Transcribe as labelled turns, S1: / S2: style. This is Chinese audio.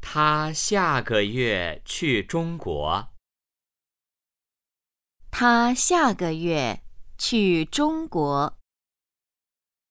S1: 他下个月去中国。
S2: 他下个月去中国。